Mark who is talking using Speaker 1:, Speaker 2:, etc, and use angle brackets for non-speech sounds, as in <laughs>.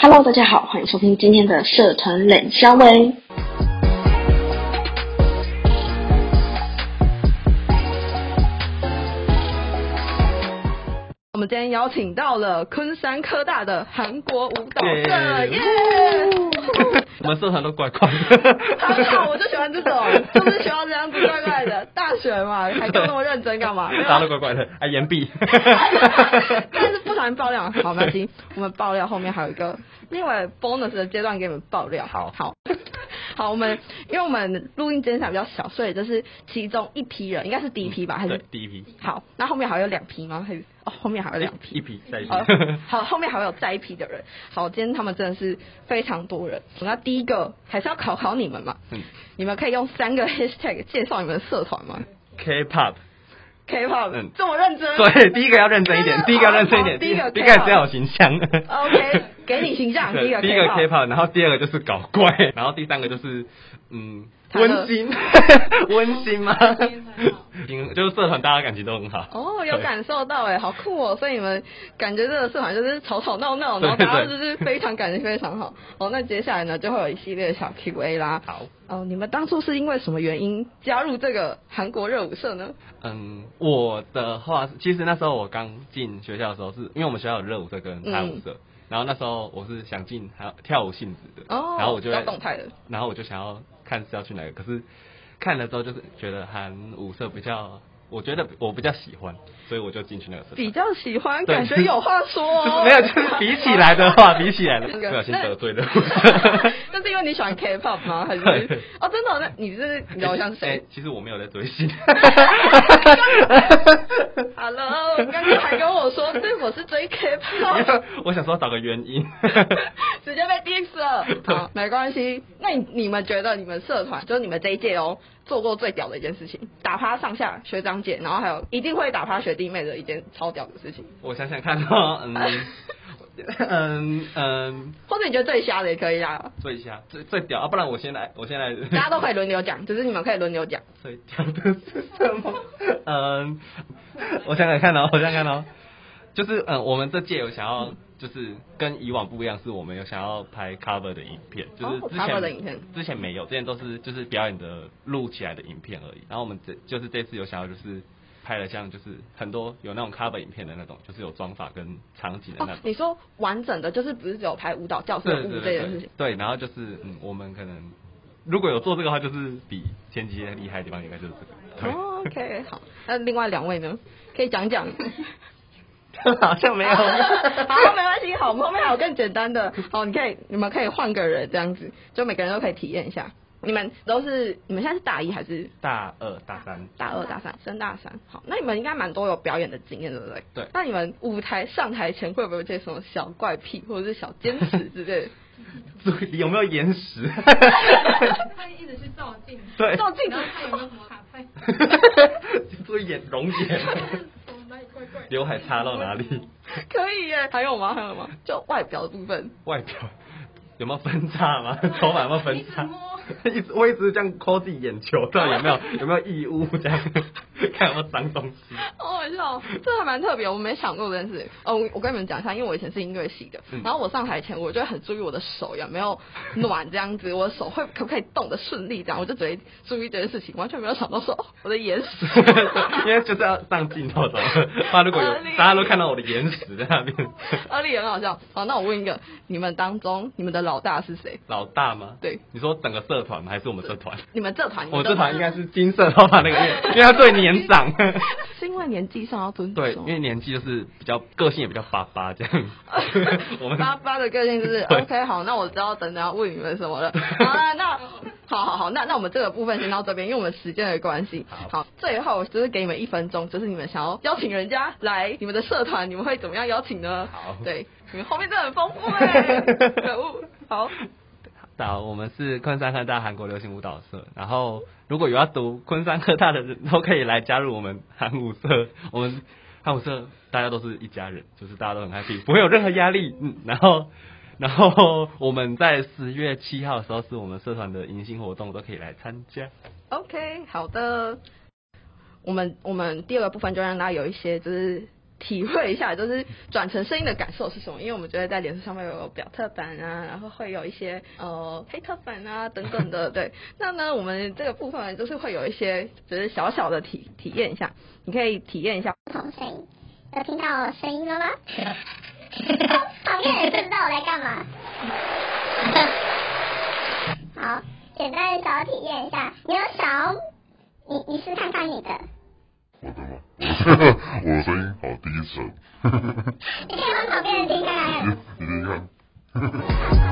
Speaker 1: Hello，大家好，欢迎收听今天的社团冷消微。
Speaker 2: 我们今天邀请到了昆山科大的韩国舞蹈社，
Speaker 3: 耶
Speaker 2: 耶！
Speaker 3: <laughs> 我们社团都怪怪的。
Speaker 2: 很好，我就喜欢这种，就是喜欢这样子怪怪
Speaker 3: <laughs>
Speaker 2: 的。大学嘛，还搞那么认真干嘛？没有啊
Speaker 3: 大家都怪怪的，哎，岩壁。
Speaker 2: <laughs> 但是不小心爆料，好，没关系，我们爆料后面还有一个另外 bonus 的阶段给你们爆料。
Speaker 3: 好
Speaker 2: 好， <laughs> 好，我们因为我们录音间场比较小，所以这是其中一批人，应该是第一批吧，还
Speaker 3: 对
Speaker 2: 是，
Speaker 3: 第一批，
Speaker 2: 好？那后面还有两批吗？还是哦，后面还有两批
Speaker 3: 一。批再一批。
Speaker 2: 好，好，后面还会有再一批的人。好，今天他们真的是非常多人。那第一个还是要考考你们嘛，
Speaker 3: <laughs> 嗯
Speaker 2: 你们可以用三个 hashtag 介绍你们的社团吗
Speaker 3: ，K-pop，
Speaker 2: ？K-pop，、
Speaker 3: 嗯
Speaker 2: 这么认 <laughs> 真？
Speaker 3: 对，第一个要认真一点，第一个要认真一点，
Speaker 2: 哦第一个
Speaker 3: 第一个要
Speaker 2: K-pop
Speaker 3: 有形象。
Speaker 2: OK，给你形象，第一个
Speaker 3: 对第一个
Speaker 2: K-pop
Speaker 3: K-pop，然后第二个就是搞怪，然后第三个就是嗯，
Speaker 2: 他的
Speaker 3: 温
Speaker 2: <laughs>
Speaker 3: 馨，温馨吗？ <laughs> 嗯就是社团大家感情都很好。
Speaker 2: 哦，有
Speaker 3: 对
Speaker 2: 感受到哎，好酷哦！所以你们感觉这个社团就是吵吵闹闹，然后
Speaker 3: 对
Speaker 2: 大家就
Speaker 3: 对
Speaker 2: 是非常感情非常好。哦，那接下来呢就会有一系列的小 Q&A 啦。
Speaker 3: 好。
Speaker 2: 哦，你们当初是因为什么原因加入这个韩国热舞社
Speaker 3: <laughs>
Speaker 2: 呢？
Speaker 3: 嗯，我的话，其实那时候我刚进学校的时候是，因为我们学校有热舞社跟泰舞
Speaker 2: 嗯
Speaker 3: 社，然后那时候我是想进还有跳舞性质的，
Speaker 2: 哦
Speaker 3: 然后我就
Speaker 2: 比较
Speaker 3: 在
Speaker 2: 动态的，
Speaker 3: 然后我就想要看是要去哪个，可是看了之后就是觉得韩舞社比较，我觉得我比较喜欢，所以我就进去那个社团。
Speaker 2: 比较喜欢，
Speaker 3: 对
Speaker 2: 感觉有话说、哦。
Speaker 3: <laughs> 没有，就是比起来的
Speaker 2: <laughs>
Speaker 3: 话，比起来的，
Speaker 2: 那
Speaker 3: 不
Speaker 2: 个
Speaker 3: 小心得罪了。 <laughs>
Speaker 2: 那是因为你喜欢 K-pop 吗？还是
Speaker 3: 对
Speaker 2: 哦，真的哦、那你是 <laughs> 你的偶像是
Speaker 3: <laughs> 哎
Speaker 2: 谁
Speaker 3: 其实我没有在追星。
Speaker 2: <laughs>
Speaker 3: 哎
Speaker 2: ？Hello，你刚刚还跟我说，对，我是追 K-pop，
Speaker 3: <laughs> 我想说找个
Speaker 2: <laughs>
Speaker 3: 原因。
Speaker 2: 直接被 diss 了。
Speaker 3: 对
Speaker 2: 好，没关系。那你你们觉得你们社团，就是你们这一届哦，做过最屌的一件事情，打趴上下学长姐，然后还有一定会打趴学弟妹的一件超屌的事情，
Speaker 3: 我想想看哦，嗯嗯嗯，
Speaker 2: 或者你觉得最瞎的也可以
Speaker 3: <laughs>
Speaker 2: 啦，
Speaker 3: 做一下最最屌啊！不然我先来，我先来。
Speaker 2: 大家都可以轮流讲，只是你们可以轮流讲。
Speaker 3: 最屌的是什么？ <laughs> 嗯，我想想看哦，我想想看哦，就是嗯，我们这届有想要。就是跟以往不一样，是我们有想要拍 cover 的影片，就是
Speaker 2: 哦
Speaker 3: 之前、
Speaker 2: cover 的影片
Speaker 3: 之前没有，之前都是就是表演的录起来的影片而已。然后我们这就是这次有想要就是拍了像就是很多有那种 cover 影片的那种，就是有妆法跟场景的那
Speaker 2: 哦
Speaker 3: 种。，
Speaker 2: 你说完整的，就是不是只哦有拍舞蹈教室
Speaker 3: 对
Speaker 2: 的
Speaker 3: 对
Speaker 2: 舞
Speaker 3: 对
Speaker 2: 这件事
Speaker 3: 对
Speaker 2: 情？
Speaker 3: 对，然后就是嗯，我们可能如果有做这个的话，就是比前几届厉害的地方应该就是这个。
Speaker 2: 哦 OK，好，那另外两位呢？可以讲讲。
Speaker 3: 对， <laughs> 好像 <laughs> 没
Speaker 2: <laughs>
Speaker 3: 有。
Speaker 2: 好，没关系，好，我们后面还有更简单的。好，你可以，你们可以换个人这样子，就每个人都可以体验一下。你们都是，你们现在是大一还是
Speaker 3: 大二、大三，
Speaker 2: 大二、大三，升大三？好，那你们应该蛮多有表演的经验，对不对？
Speaker 3: 对
Speaker 2: 那你们舞台上台前会不会有一些什么小怪癖或者是小坚持之类的？
Speaker 3: 这有没有延
Speaker 2: <laughs>
Speaker 3: 时？ <laughs>
Speaker 4: 他一直去照镜子，
Speaker 3: <laughs> 对，
Speaker 2: 照镜
Speaker 4: 然后
Speaker 2: 子
Speaker 4: 看有没有什么卡在，
Speaker 3: <laughs>
Speaker 4: <laughs>
Speaker 3: 注意眼容颜，
Speaker 4: 什么哪里怪怪的，
Speaker 3: <laughs> 刘海插到哪里？
Speaker 2: 可以耶，还有吗？还有吗？就外表的部分。
Speaker 3: 外表有没有分
Speaker 2: <laughs>
Speaker 3: 叉吗？头发有没有分叉？一直我一直这样抠自己眼球，到底有没有有没有异物这样， <laughs> 看有没有脏东西。 <laughs>
Speaker 2: <laughs> 好好笑，哦这还蛮特别，我没想过这件事情。哦，我我跟你们讲一下，因为我以前是音乐系的，
Speaker 3: 嗯
Speaker 2: 然后我上台前我就会很注意我的手有没有暖这样子，我的手会可不可以动的顺利这样，我就只会注意这件事情，完全没有想到说、哦、我的眼屎
Speaker 3: <laughs> 因为就是要上镜头的，怕如果有大家都看到我的眼屎在那边。
Speaker 2: 而且也很好笑。好，那我问一个，你们当中你们的老大是谁？
Speaker 3: 老大吗？
Speaker 2: 对，
Speaker 3: 你说整个社团吗？还是我们社团？
Speaker 2: 你们这团，啊你
Speaker 3: 我
Speaker 2: 们
Speaker 3: 们社团应该是金色头发那个，因为因为他
Speaker 2: <laughs>
Speaker 3: 最年长。
Speaker 2: 是因为年纪上要尊重，哦
Speaker 3: 对，因为年纪就是比较个性也比较巴巴这样。 <laughs> 我们
Speaker 2: 八八的个性就是
Speaker 3: 对
Speaker 2: OK，好，那我知道等等要问你们什么了。 <laughs> 好了，那好好好，那那我们这个部分先到这边，因为我们时间的关系。
Speaker 3: 好
Speaker 2: 好，最后就是给你们一分钟，就是你们想要邀请人家来你们的社团，你们会怎么样邀请呢？
Speaker 3: 好
Speaker 2: 对，你们后面真的很丰富
Speaker 3: <laughs>
Speaker 2: 哎、可恶，好，
Speaker 3: 好，啊我们是昆山科大韩国流行舞蹈社，然后如果有要读昆山科大的人都可以来加入我们韩舞社，我们韩舞社大家都是一家人，就是大家都很 happy，不会有任何压力。嗯，然后然后我们在十月七号的时候是我们社团的迎新活动，都可以来参加。
Speaker 2: OK，好的。我们我们第二个部分就让大家有一些就是体会一下，就是转成声音的感受是什么，因为我们觉得在脸书上面有表特版啊，然后会有一些呃黑特版啊等等的，对。那呢，我们这个部分就是会有一些，就是小小的体体验一下，你可以体验一下。
Speaker 5: 不同声音，有听到我声音了吗？旁边人不知道我在干嘛。好，简单的小体验一下，你有小，你你试看看你的，
Speaker 6: 我的吗？ <laughs> 我的声音好低沉，
Speaker 5: 你可以帮旁边人听看看。
Speaker 6: 你听看。